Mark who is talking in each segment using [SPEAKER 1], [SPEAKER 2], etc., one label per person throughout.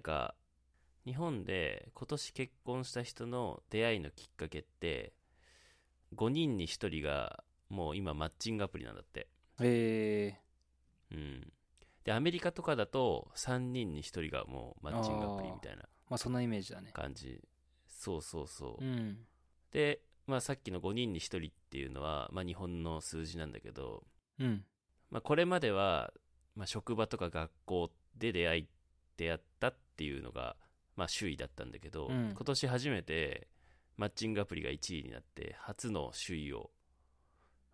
[SPEAKER 1] か、日本で今年結婚した人の出会いのきっかけって、5人に1人がもう今マッチングアプリなんだって。
[SPEAKER 2] え
[SPEAKER 1] うん。で、アメリカとかだと3人に1人がもうマッチングアプリみたいな
[SPEAKER 2] ー、まあそんなイメージだね。
[SPEAKER 1] 感じ。そうそうそう。
[SPEAKER 2] うん。
[SPEAKER 1] で、まあさっきの5人に1人っていうのは、まあ日本の数字なんだけど、
[SPEAKER 2] うん。
[SPEAKER 1] まあ、これまでは、まあ、職場とか学校で出会い出会ったっていうのが、まあ、首位だったんだけど、
[SPEAKER 2] うん
[SPEAKER 1] 今年初めてマッチングアプリが1位になって初の首位を、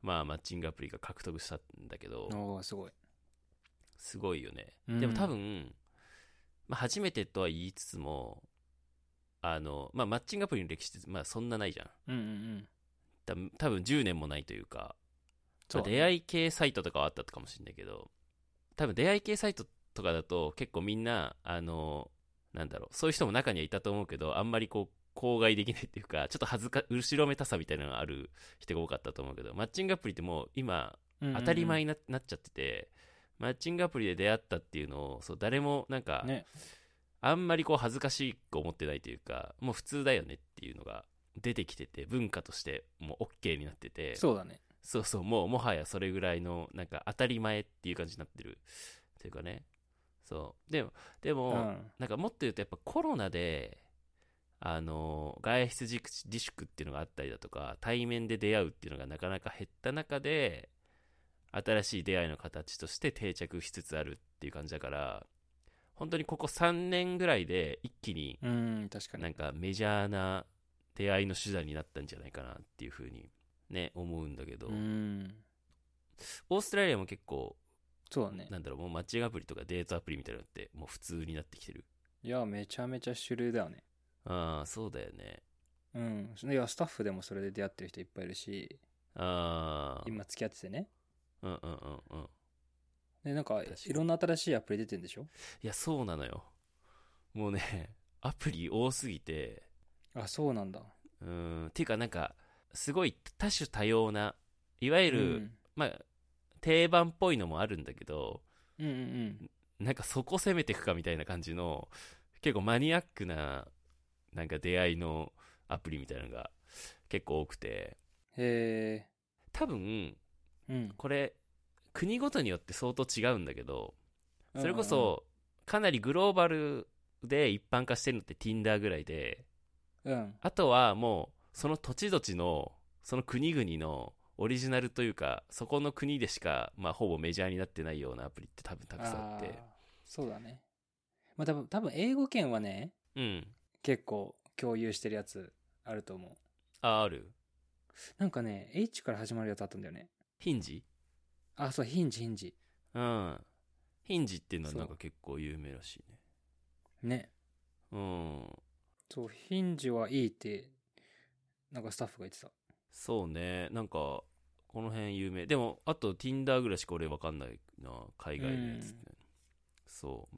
[SPEAKER 1] まあ、マッチングアプリが獲得したんだけど
[SPEAKER 2] おー、すごい。
[SPEAKER 1] すごいよね、
[SPEAKER 2] うん
[SPEAKER 1] でも多分、まあ、初めてとは言いつつもあの、まあ、マッチングアプリの歴史って、まあ、そんなないじゃん
[SPEAKER 2] うんうんうん。
[SPEAKER 1] 多分多分10年もないというかまあ
[SPEAKER 2] だね
[SPEAKER 1] 出会い系サイトとかはあったかもしれないけど、多分出会い系サイトとかだと結構みんな、あの、なんだろう、そういう人も中にはいたと思うけど、あんまりこう、口外できないっていうか、ちょっと恥ずか、後ろめたさみたいなのがある人が多かったと思うけど、マッチングアプリってもう今、
[SPEAKER 2] うんうんうん
[SPEAKER 1] 当たり前にな,、なっちゃってて、マッチングアプリで出会ったっていうのを、そう、誰もなんか、
[SPEAKER 2] ね。
[SPEAKER 1] あんまりこう恥ずかしく思ってないというか、もう普通だよねっていうのが出てきてて、文化としてもう OK になってて、
[SPEAKER 2] そうだね。
[SPEAKER 1] そうそう、もうもはやそれぐらいの、なんか当たり前っていう感じになってる。というかね。そう。でも、で
[SPEAKER 2] う
[SPEAKER 1] も、
[SPEAKER 2] ん。
[SPEAKER 1] なんかもっと言うとやっぱコロナで、あの、外出自粛自粛っていうのがあったりだとか、対面で出会うっていうのがなかなか減った中で、新しい出会いの形として定着しつつあるっていう感じだから、本当にここ3年ぐらいで一気に
[SPEAKER 2] うん、確かに。
[SPEAKER 1] なんかメジャーな出会いの手段になったんじゃないかなっていうふうにね、思うんだけど。
[SPEAKER 2] うん。
[SPEAKER 1] オーストラリアも結構、
[SPEAKER 2] そうだね。
[SPEAKER 1] なんだろう、もうマッチングアプリとかデートアプリみたいなのって、もう普通になってきてる。
[SPEAKER 2] いや、めちゃめちゃ主流だよね。
[SPEAKER 1] ああ、そうだよね。
[SPEAKER 2] うん。いや、スタッフでもそれで出会ってる人いっぱいいるし、
[SPEAKER 1] ああ、
[SPEAKER 2] 今付き合っててね。
[SPEAKER 1] うんうんうんうん。
[SPEAKER 2] で、なんか、
[SPEAKER 1] 確かに
[SPEAKER 2] いろんな新しいアプリ出てんでしょ
[SPEAKER 1] いや、そうなのよ。もうね、アプリ多すぎて、
[SPEAKER 2] あ、そうなんだ。
[SPEAKER 1] うーん、っていうかなんか、すごい多種多様な、いわゆ
[SPEAKER 2] う
[SPEAKER 1] る、
[SPEAKER 2] ん。
[SPEAKER 1] まあ、定番っぽいのもあるんだけど、
[SPEAKER 2] うんうんうん。
[SPEAKER 1] なんかそこ攻めていくかみたいな感じの、結構マニアックな、なんか出会いのアプリみたいなのが結構多くて、
[SPEAKER 2] へ
[SPEAKER 1] 多分、
[SPEAKER 2] え。うん。
[SPEAKER 1] これ国ごとによって相当違うんだけどそれこ
[SPEAKER 2] うんうんうん
[SPEAKER 1] そかなりグローバルで一般化してるのって Tinder ぐらいで
[SPEAKER 2] うん。
[SPEAKER 1] あとはもうその土地土地のその国々のオリジナルというかそこの国でしか、まあ、ほぼメジャーになってないようなアプリって多分たくさんあって
[SPEAKER 2] ーそうだね。まあ多分、多分英語圏はね、
[SPEAKER 1] うん
[SPEAKER 2] 結構共有してるやつあると思う。
[SPEAKER 1] あある
[SPEAKER 2] なんかね、H から始まるやつあったんだよね。
[SPEAKER 1] ヒンジ
[SPEAKER 2] あ、そう、ヒンジヒンジ。
[SPEAKER 1] うんヒンジっていうのは
[SPEAKER 2] そう
[SPEAKER 1] なんか結構有名らしいね
[SPEAKER 2] ね。
[SPEAKER 1] うん
[SPEAKER 2] そう、ヒンジはいいって、なんかスタッフが言ってた。
[SPEAKER 1] そうねなんかこの辺有名でもあと Tinder ぐらいしか俺分かんないな海外のやつって、そう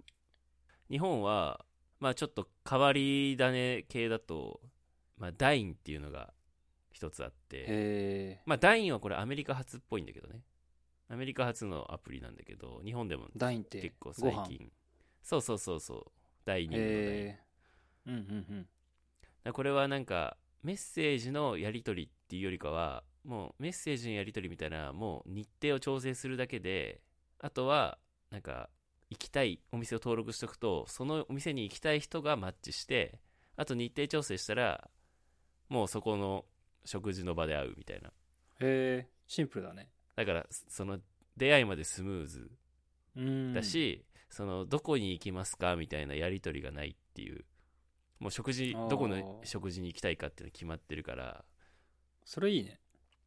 [SPEAKER 1] 日本はまあちょっと変わり種系だと、まあ、ダインっていうのが一つあって
[SPEAKER 2] へえ。
[SPEAKER 1] まあダインはこれアメリカ発っぽいんだけどねアメリカ発のアプリなんだけど日本でも
[SPEAKER 2] ダインって
[SPEAKER 1] 結構
[SPEAKER 2] ご
[SPEAKER 1] 最
[SPEAKER 2] 飯。
[SPEAKER 1] 近そうそうそうそうダイニングのダイン
[SPEAKER 2] へえ。うんうん
[SPEAKER 1] だからこれはなんかメッセージのやり取りっていうよりかはもうメッセージのやり取りみたいなもう日程を調整するだけであとはなんか行きたいお店を登録しておくとそのお店に行きたい人がマッチしてあと日程調整したらもうそこの食事の場で会うみたいな
[SPEAKER 2] うん。へえ。シンプルだね。
[SPEAKER 1] だからその出会いまでスムーズ
[SPEAKER 2] うん。
[SPEAKER 1] だ、し、そのどこに行きますかみたいなやり取りがないっていうもう食事
[SPEAKER 2] あー
[SPEAKER 1] どこの食事に行きたいかっていうの決まってるから
[SPEAKER 2] それいいね。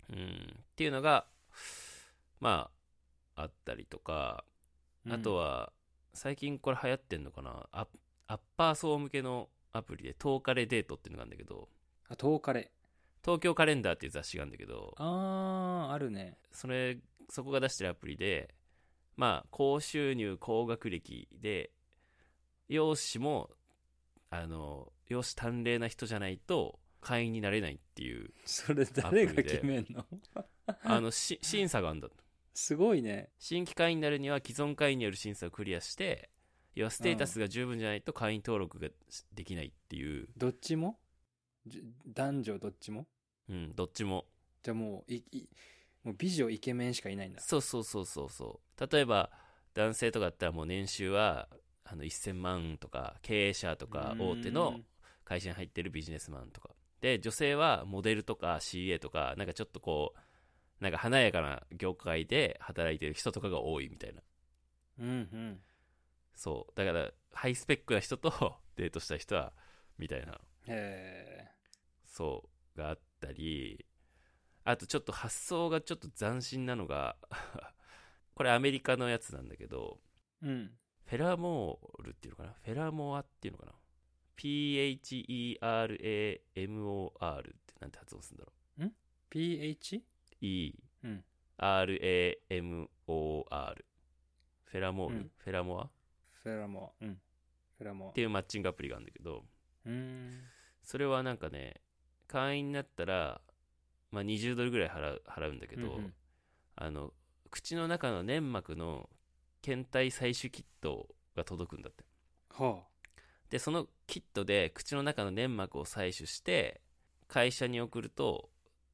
[SPEAKER 1] うん、っていうのがまああったりとか
[SPEAKER 2] うん
[SPEAKER 1] あと、は最近これ流行ってんのかなアッアッパー層向けのアプリで10日レデートっていうのがあるんだけど
[SPEAKER 2] あ、10日レ。
[SPEAKER 1] 東京カレンダーっていう雑誌があるんだけど
[SPEAKER 2] あー、あるね。
[SPEAKER 1] それそこが出してるアプリでまあ高収入高学歴で容姿もあの容姿端麗な人じゃないと会員になれないって いう
[SPEAKER 2] それ誰
[SPEAKER 1] ア
[SPEAKER 2] が
[SPEAKER 1] プリで
[SPEAKER 2] 決めんの
[SPEAKER 1] あのし審査があるんだ
[SPEAKER 2] すごいね。
[SPEAKER 1] 新規会員になるには既存会員による審査をクリアして要はステータスが十分じゃないと会員登録ができないっていう、
[SPEAKER 2] どっちもじ男女どっちも
[SPEAKER 1] うん、どっちも
[SPEAKER 2] じゃあもういいもう美女イケメンしかいないんだ
[SPEAKER 1] そうそうそうそうそう例えば男性とかだったらもう年収はあの1000万とか経営者とか大手
[SPEAKER 2] う
[SPEAKER 1] の
[SPEAKER 2] ん
[SPEAKER 1] 会社に入ってるビジネスマンとかで女性はモデルとか CA とかなんかちょっとこうなんか華やかな業界で働いてる人とかが多いみたいな
[SPEAKER 2] うんうん
[SPEAKER 1] そうだからハイスペックな人とデートした人はみたいな
[SPEAKER 2] へ
[SPEAKER 1] そうがあったりあとちょっと発想がちょっと斬新なのが これアメリカのやつなんだけど
[SPEAKER 2] えうん
[SPEAKER 1] フェラモールっていうのかなフェラモアっていうのかな ?PHERAMOR ってなんて発音するんだろ
[SPEAKER 2] PH?
[SPEAKER 1] う ?E、
[SPEAKER 2] うん、
[SPEAKER 1] RAMOR フェラモール、
[SPEAKER 2] うん
[SPEAKER 1] フェラモアっ
[SPEAKER 2] フェラモアうんフェラモア
[SPEAKER 1] ていうマッチングアプリがあるんだけど
[SPEAKER 2] うーん
[SPEAKER 1] それはなんかね会員になったら、まあ、20ドルぐらい払う払うんだけど、
[SPEAKER 2] うんうん
[SPEAKER 1] あの口の中の粘膜の検体採取キットが届くんだって
[SPEAKER 2] は
[SPEAKER 1] でそのキットで口の中の粘膜を採取して会社に送ると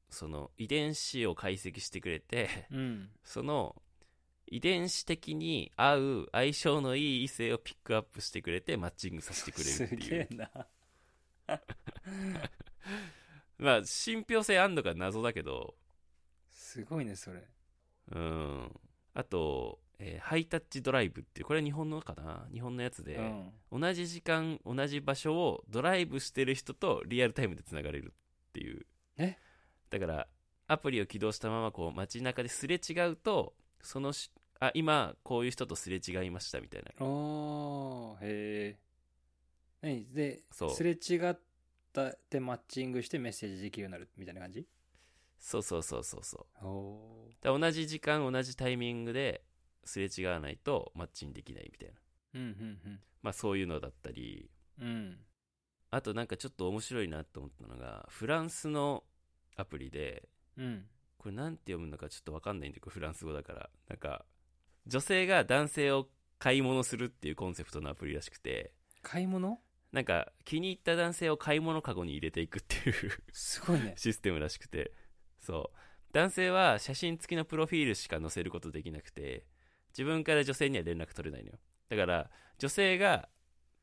[SPEAKER 1] その遺伝子を解析してくれて
[SPEAKER 2] あうん
[SPEAKER 1] その遺伝子的に合う相性のいい異性をピックアップしてくれてマッチングさせてくれる
[SPEAKER 2] す
[SPEAKER 1] ってい
[SPEAKER 2] げ
[SPEAKER 1] う
[SPEAKER 2] えな
[SPEAKER 1] まあ信憑性あんのか謎だけど
[SPEAKER 2] すごいねそれ
[SPEAKER 1] うんあと、えーハイタッチドライブっていうこれは日本のかな日本のやつで、
[SPEAKER 2] うん
[SPEAKER 1] 同じ時間同じ場所をドライブしてる人とリアルタイムでつながれるっていう
[SPEAKER 2] え
[SPEAKER 1] だからアプリを起動したままこう街中ですれ違うとそのしあ今こういう人とすれ違いましたみたいな
[SPEAKER 2] おーへえ何で
[SPEAKER 1] そう
[SPEAKER 2] すれ違ったってマッチングしてメッセージできるようになるみたいな感じ
[SPEAKER 1] そうそうそうそうそう
[SPEAKER 2] おお
[SPEAKER 1] だから同じ時間同じタイミングですれ違わないとマッチングできないみたいな
[SPEAKER 2] ーうんうん
[SPEAKER 1] まあそういうのだったり
[SPEAKER 2] うんうん
[SPEAKER 1] あとなんかちょっと面白いなと思ったのがフランスのアプリで
[SPEAKER 2] うん
[SPEAKER 1] これなんて読むのかちょっとわかんないんだけどフランス語だからなんか女性が男性を買い物するっていうコンセプトのアプリらしくて
[SPEAKER 2] 買い物
[SPEAKER 1] なんか気に入った男性を買い物カゴに入れていくっていう
[SPEAKER 2] すごいね
[SPEAKER 1] システムらしくてそう男性は写真付きのプロフィールしか載せることできなくて自分から女性には連絡取れないのよだから女性が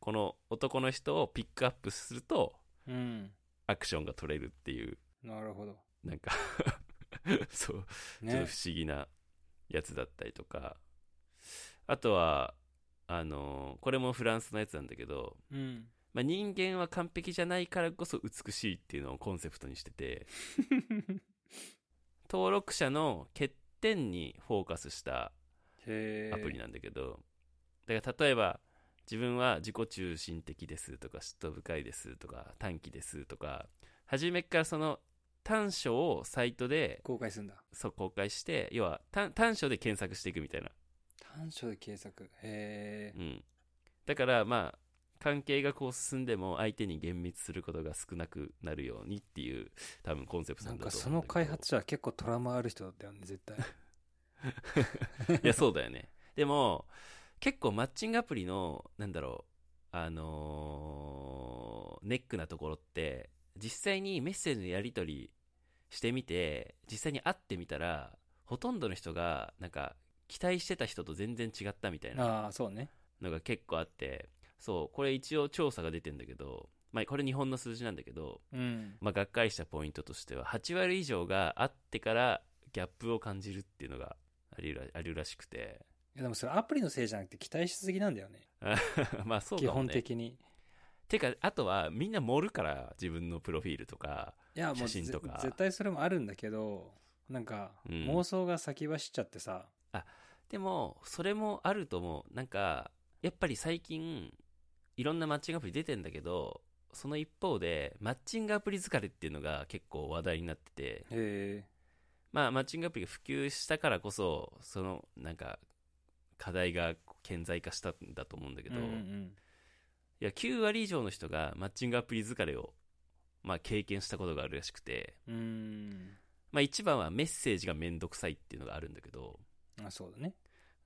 [SPEAKER 1] この男の人をピックアップすると
[SPEAKER 2] うん
[SPEAKER 1] アクションが取れるっていう
[SPEAKER 2] なるほど
[SPEAKER 1] なんか そうちょっと
[SPEAKER 2] ね
[SPEAKER 1] 不思議なやつだったりとか、あとはあのーこれもフランスのやつなんだけど、
[SPEAKER 2] うん
[SPEAKER 1] まあ、人間は完璧じゃないからこそ美しいっていうのをコンセプトにしてて登録者の欠点にフォーカスした
[SPEAKER 2] へえ
[SPEAKER 1] アプリなんだけど、だから例えば自分は自己中心的ですとか嫉妬深いですとか短気ですとか初めっからその短所をサイトで
[SPEAKER 2] 公開するんだ
[SPEAKER 1] そう公開して要は短短所で検索していくみたいな、
[SPEAKER 2] 短所で検索へえ
[SPEAKER 1] うん、だからまあ関係がこう進んでも相手に厳密することが少なくなるようにっていう多分コンセプト
[SPEAKER 2] な
[SPEAKER 1] なんんだ
[SPEAKER 2] か
[SPEAKER 1] と
[SPEAKER 2] そ
[SPEAKER 1] 思うん
[SPEAKER 2] の
[SPEAKER 1] だけど
[SPEAKER 2] 開発者は結構トラウマある人だった よね絶対
[SPEAKER 1] いやそうだよねでも結構マッチングアプリのなんだろうあのーネックなところって実際にメッセージのやり取りしてみて実際に会ってみたらほとんどの人がなんか期待してた人と全然違ったみたいな
[SPEAKER 2] ああそうね
[SPEAKER 1] のが結構あってそうこれ一応調査が出てんだけど、まあ、これ日本の数字なんだけど、
[SPEAKER 2] うん
[SPEAKER 1] まあ、がっかりしたポイントとしては8割以上が会ってからギャップを感じるっていうのがありうらありうらしくて
[SPEAKER 2] いやでもそれアプリのせいじゃなくて期待しすぎなんだよね
[SPEAKER 1] あ まあそうか
[SPEAKER 2] 基
[SPEAKER 1] も、ね、
[SPEAKER 2] 本的に
[SPEAKER 1] てかあとはみんな盛るから自分のプロフィールとか
[SPEAKER 2] いやもう
[SPEAKER 1] 写真とか
[SPEAKER 2] ぜ絶対それもあるんだけどなんか
[SPEAKER 1] うん
[SPEAKER 2] 妄想が先走っちゃってさ、
[SPEAKER 1] でもそれもあると思うなんかやっぱり最近いろんなマッチングアプリ出てんだけどその一方でマッチングアプリ疲れっていうのが結構話題になってて
[SPEAKER 2] へ
[SPEAKER 1] まあマッチングアプリが普及したからこそそのなんか課題が顕在化したんだと思うんだ
[SPEAKER 2] え
[SPEAKER 1] けど、
[SPEAKER 2] うんう
[SPEAKER 1] い
[SPEAKER 2] ん
[SPEAKER 1] や9割以上の人がマッチングアプリ疲れをまあ経験したことがあるらしくて
[SPEAKER 2] うんうん
[SPEAKER 1] まあ、一番はメッセージがめんどくさいっていうのがあるんだけど、
[SPEAKER 2] あそうだね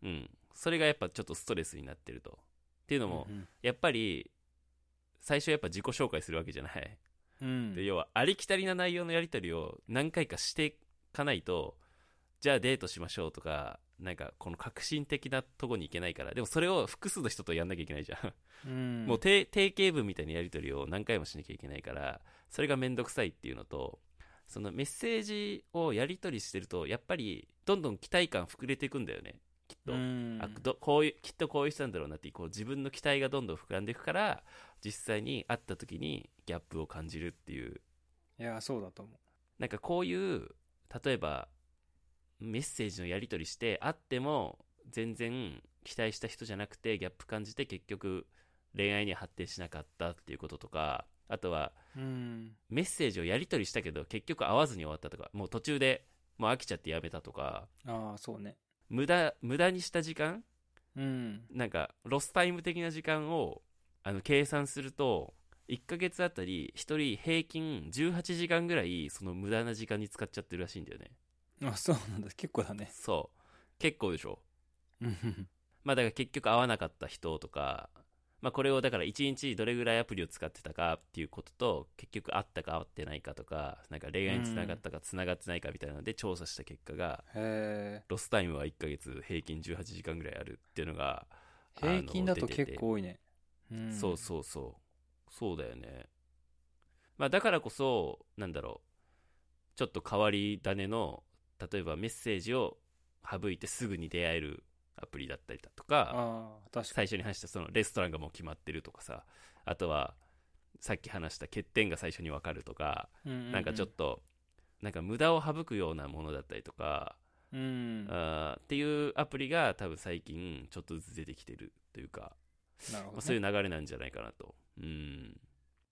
[SPEAKER 1] うん、それがやっぱちょっとストレスになってるとっていうのも、やっぱり最初やっぱ自己紹介するわけじゃない
[SPEAKER 2] うんうん、
[SPEAKER 1] で要はありきたりな内容のやり取りを何回かしていかないとじゃあデートしましょうとかなんかこの革新的なとこに行けないからでもそれを複数の人とやんなきゃいけないじゃん
[SPEAKER 2] うん、
[SPEAKER 1] もう定定型文みたいなやり取りを何回もしなきゃいけないからそれが面倒くさいっていうのとそのメッセージをやり取りしてるとやっぱりどんどん期待感膨れていくんだよねきっと、
[SPEAKER 2] うん
[SPEAKER 1] あどこういうきっとこういう人なんだろうなっていうこう自分の期待がどんどん膨らんでいくから実際に会った時にギャップを感じるっていう
[SPEAKER 2] いやそうだと思
[SPEAKER 1] なんかこういう例えばメッセージのやり取りして会っても全然期待した人じゃなくてギャップ感じて結局恋愛には発展しなかったっていうこととかあとは
[SPEAKER 2] ううん
[SPEAKER 1] メッセージをやり取りしたけど結局会わずに終わったとかもう途中でもう飽きちゃってやめたとか
[SPEAKER 2] ああそうね
[SPEAKER 1] 無駄無駄にした時間
[SPEAKER 2] うん
[SPEAKER 1] なんかロスタイム的な時間をあの計算すると1ヶ月あたり1人平均18時間ぐらいその無駄な時間に使っちゃってるらしいんだよね
[SPEAKER 2] あそうなんだ結構だね
[SPEAKER 1] そう結構でしょ
[SPEAKER 2] うん
[SPEAKER 1] まあだから結局会わなかった人とか、まあ、これをだから1日どれぐらいアプリを使ってたかっていうことと結局会ったか会ってないかとかなんか恋愛につながったかつながってないかみたいなので調査した結果が
[SPEAKER 2] へえ
[SPEAKER 1] ロスタイムは1ヶ月平均18時間ぐらいあるっていうのが、
[SPEAKER 2] 平均だ
[SPEAKER 1] あ
[SPEAKER 2] と
[SPEAKER 1] の出てて
[SPEAKER 2] 結構多いね、うん、
[SPEAKER 1] そうそうそうそうだよねまあだからこそなんだろうちょっと変わり種の例えばメッセージを省いてすぐに出会えるアプリだったりだとか
[SPEAKER 2] ああ確か
[SPEAKER 1] 最初に話したそのレストランがもう決まってるとかさあとはさっき話した欠点が最初に分かるとか、
[SPEAKER 2] に、ううう
[SPEAKER 1] なんかちょっとなんか無駄を省くようなものだったりとか、
[SPEAKER 2] うんなる
[SPEAKER 1] あーっていうアプリが多分最近ちょっとずつ出てきてるというか、
[SPEAKER 2] ほど、
[SPEAKER 1] ま
[SPEAKER 2] ね、
[SPEAKER 1] あ、そういう流れなんじゃないかなとうん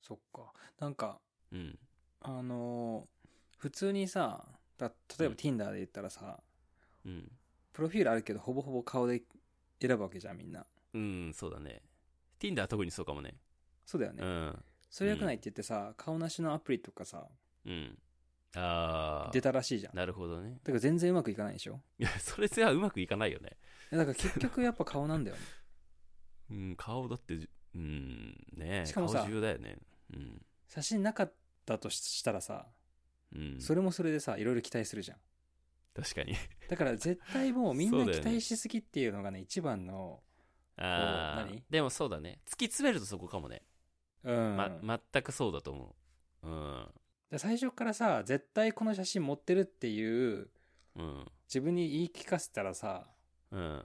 [SPEAKER 2] そっかなんか
[SPEAKER 1] うん
[SPEAKER 2] あのー普通にさだ例えば
[SPEAKER 1] うん
[SPEAKER 2] Tinder で言ったらさ、
[SPEAKER 1] うん
[SPEAKER 2] プロフィールあるけどほぼほぼ顔で選ぶわけじゃんみんな
[SPEAKER 1] うんそうだね Tinder は特にそうかもね
[SPEAKER 2] そうだよね、
[SPEAKER 1] うん
[SPEAKER 2] それよくないって言ってさ顔なしのアプリとかさ
[SPEAKER 1] うんあ
[SPEAKER 2] 出
[SPEAKER 1] あ
[SPEAKER 2] たらしいじゃんだ
[SPEAKER 1] なるほどね
[SPEAKER 2] から全然うまくいかないでしょ
[SPEAKER 1] いやそれじゃうまくいかないよね
[SPEAKER 2] だから結局やっぱ顔なんだよね
[SPEAKER 1] うん、顔だってじ、うん、ねえ
[SPEAKER 2] しかもさ
[SPEAKER 1] 顔重要だよね。うん。
[SPEAKER 2] 写真なかったとしたらさ
[SPEAKER 1] うん、
[SPEAKER 2] それもそれでさいろいろ期待するじゃん
[SPEAKER 1] 確 かに。
[SPEAKER 2] だから絶対もうみん
[SPEAKER 1] そ
[SPEAKER 2] な
[SPEAKER 1] うだ
[SPEAKER 2] 期
[SPEAKER 1] よね
[SPEAKER 2] 待しすぎっていうのがね一番の
[SPEAKER 1] ああ
[SPEAKER 2] 何、
[SPEAKER 1] でもそうだね。突き詰めるとそこかもね。
[SPEAKER 2] うん、
[SPEAKER 1] ま、全くそうだと思う。うん。
[SPEAKER 2] で最初からさ絶対この写真持ってるっていう
[SPEAKER 1] うん。
[SPEAKER 2] 自分に言い聞かせたらさ
[SPEAKER 1] うん。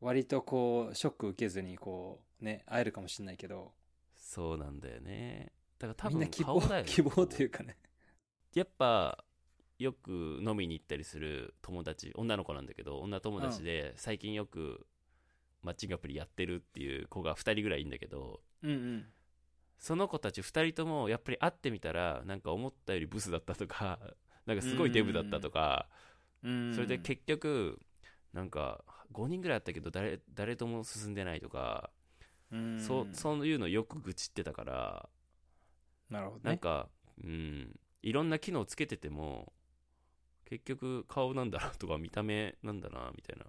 [SPEAKER 2] 割とこうショック受けずにこうね会えるかもしれないけど
[SPEAKER 1] そうなんだよね。だから多
[SPEAKER 2] みんな
[SPEAKER 1] 分
[SPEAKER 2] 希
[SPEAKER 1] 顔
[SPEAKER 2] 望
[SPEAKER 1] だよ、ね、
[SPEAKER 2] 希望というかね
[SPEAKER 1] やっぱ、よく飲みに行ったりする友達、女の子なんだけど、女友達で最近よくマッチングアプリやってるっていう子が2人ぐらいいるんだけど、
[SPEAKER 2] うんうん
[SPEAKER 1] その子たち2人ともやっぱり会ってみたらなんか思ったよりブスだったとか なんかすごいデブだったとか
[SPEAKER 2] うん
[SPEAKER 1] それで結局なんか5人ぐらいあったけど誰誰とも進んでないとか
[SPEAKER 2] うん
[SPEAKER 1] そそういうのよく愚痴ってたから
[SPEAKER 2] なるほど
[SPEAKER 1] なん
[SPEAKER 2] ね
[SPEAKER 1] かうんいろんな機能つけてても結局顔なんだなとか見た目なんだなみたいな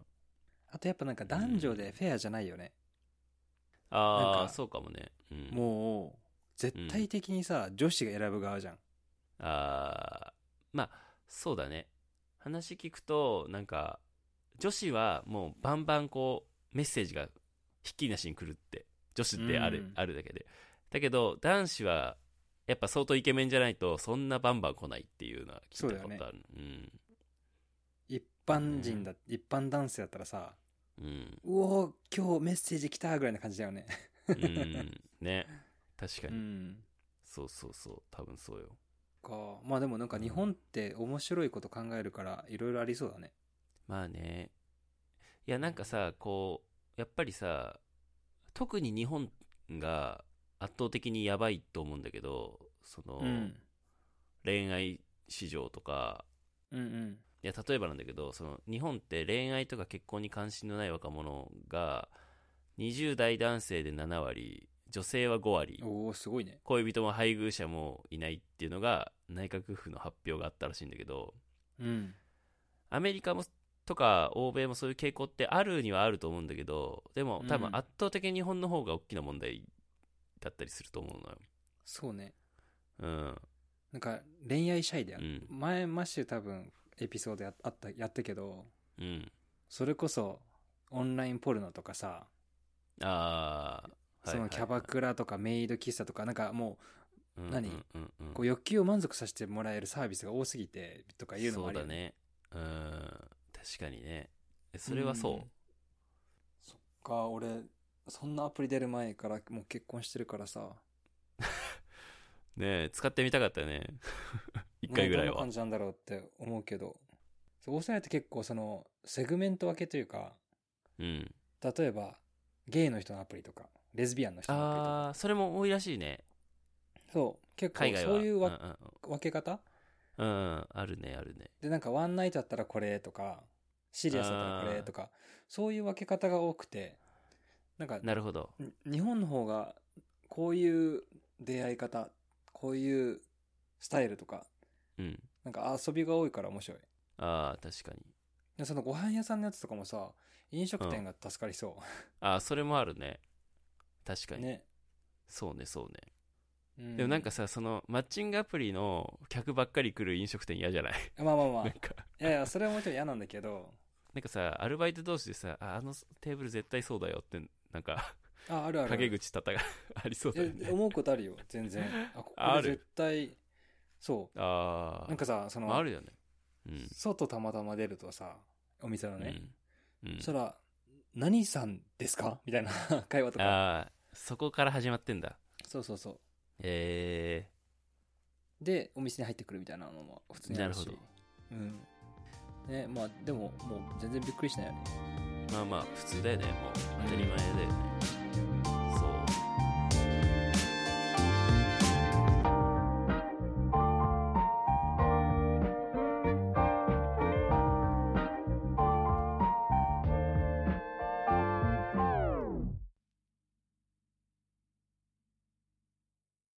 [SPEAKER 2] あとやっぱなんか男女でフェアじゃないよね、な
[SPEAKER 1] あ
[SPEAKER 2] ん
[SPEAKER 1] あ
[SPEAKER 2] か
[SPEAKER 1] そうかもねうん
[SPEAKER 2] もう絶対的にさ、女子が選ぶ側じゃん
[SPEAKER 1] あーまあそうだね話聞くとなんか女子はもうバンバンこうメッセージがひっきりなしに来るって女子ってある,、
[SPEAKER 2] うん
[SPEAKER 1] あるだけでだけど男子はやっぱ相当イケメンじゃないとそんなバンバン来ないっていうのは聞いたことあるう,、
[SPEAKER 2] 一般人だ、一般男性だったらさ
[SPEAKER 1] んうん
[SPEAKER 2] うおー今日メッセージ来たぐらいな感じだよね
[SPEAKER 1] うんね確か
[SPEAKER 2] う
[SPEAKER 1] に、
[SPEAKER 2] ん
[SPEAKER 1] そうそうそう多分そうよ
[SPEAKER 2] かまあでもなんか日本って面白いこと考えるからいろいろありそうだね
[SPEAKER 1] まあねいやなんかさこうやっぱりさ特に日本が圧倒的にやばいと思うんだけどその、恋愛市場とか
[SPEAKER 2] うんうん
[SPEAKER 1] いや例えばなんだけどその日本って恋愛とか結婚に関心のない若者が20代男性で7割女性は5割
[SPEAKER 2] おおすごいね
[SPEAKER 1] 恋人も配偶者もいないっていうのが内閣府の発表があったらしいんだけど
[SPEAKER 2] うん
[SPEAKER 1] アメリカもとか欧米もそういう傾向ってあるにはあると思うんだけどでも多分
[SPEAKER 2] うん
[SPEAKER 1] 圧倒的に日本の方が大きな問題だったりすると思うのよ。
[SPEAKER 2] そうね。
[SPEAKER 1] うん
[SPEAKER 2] なんか恋愛シャイだよ
[SPEAKER 1] う
[SPEAKER 2] ね。
[SPEAKER 1] ん
[SPEAKER 2] 前、マッシュ多分エピソードやあった、やったけど、
[SPEAKER 1] うん、
[SPEAKER 2] それこそオンラインポルノとかさ、
[SPEAKER 1] ああ
[SPEAKER 2] そのキャバクラとかメイド喫茶とか、なんかも何う、こ
[SPEAKER 1] う
[SPEAKER 2] う欲求を満足させてもらえるサービスが多すぎてとかい
[SPEAKER 1] いう
[SPEAKER 2] のも
[SPEAKER 1] そ
[SPEAKER 2] あ
[SPEAKER 1] う
[SPEAKER 2] る
[SPEAKER 1] だ
[SPEAKER 2] よね。
[SPEAKER 1] ねうん確かにねえそれはそう、
[SPEAKER 2] んそっか、俺、そんなアプリ出る前からもう結婚してるからさ、
[SPEAKER 1] ねえ使ってみたかったよね 一回ぐらい
[SPEAKER 2] ねどん
[SPEAKER 1] は、
[SPEAKER 2] な感じなんだろうって思うけど。そうオーストラリアって結構その、セグメント分けというか、
[SPEAKER 1] うん
[SPEAKER 2] 例えば、ゲイの人のアプリとか、レズビアンの人のア
[SPEAKER 1] ああそれも多いらしいね
[SPEAKER 2] プリとか。そう、結
[SPEAKER 1] 海
[SPEAKER 2] 構
[SPEAKER 1] 外は
[SPEAKER 2] そういうわ、
[SPEAKER 1] ん
[SPEAKER 2] 分け方
[SPEAKER 1] うんうん、うん、あるねあるね
[SPEAKER 2] で、なんかワンナイトだったらこれとか、シリアスだったらこれとか、そういう分け方が多くて、なんか、
[SPEAKER 1] なるほど
[SPEAKER 2] に日本の方が、こういう出会い方、こういうスタイルとか、
[SPEAKER 1] うん
[SPEAKER 2] なんか遊びが多いから面白い。
[SPEAKER 1] ああ確かに
[SPEAKER 2] でそのご飯屋さんのやつとかもさ、飲食店が助かりそ
[SPEAKER 1] ああそれもあるね確
[SPEAKER 2] う。
[SPEAKER 1] かに、
[SPEAKER 2] ね。
[SPEAKER 1] そうねそうね、
[SPEAKER 2] う
[SPEAKER 1] でもなんか、さそのマッチングアプリの客ばっかり来る飲食店嫌じゃない
[SPEAKER 2] まあまあま
[SPEAKER 1] な
[SPEAKER 2] あ。
[SPEAKER 1] ん
[SPEAKER 2] い
[SPEAKER 1] か
[SPEAKER 2] やいや、それはもちろん嫌なんだけど、
[SPEAKER 1] なんかさアルバイト同士でさああのテーブル絶対そうだよってなんか
[SPEAKER 2] あ、あるある。
[SPEAKER 1] 陰口たたが ありそうだよ
[SPEAKER 2] え
[SPEAKER 1] ね
[SPEAKER 2] 思うことあるよ、全 然。あ、ここ
[SPEAKER 1] あ
[SPEAKER 2] れ
[SPEAKER 1] る
[SPEAKER 2] 絶対、そ
[SPEAKER 1] あ
[SPEAKER 2] う。
[SPEAKER 1] あ
[SPEAKER 2] なんかさ、その、
[SPEAKER 1] まあ、あるよねうん
[SPEAKER 2] 外たまたま出るとさ、お店のね、
[SPEAKER 1] うんうん
[SPEAKER 2] そしたら、何さんですかみたいな 会話とか。
[SPEAKER 1] ああそこから始まってんだ
[SPEAKER 2] そうそうそう。
[SPEAKER 1] え
[SPEAKER 2] で、お店に入ってくるみたいなのも普通にあるし。
[SPEAKER 1] なる
[SPEAKER 2] うん。ね、まあ、でも、もう全然びっくりしないよね。
[SPEAKER 1] ー、まあまあ普通だよねもう当たり前だよね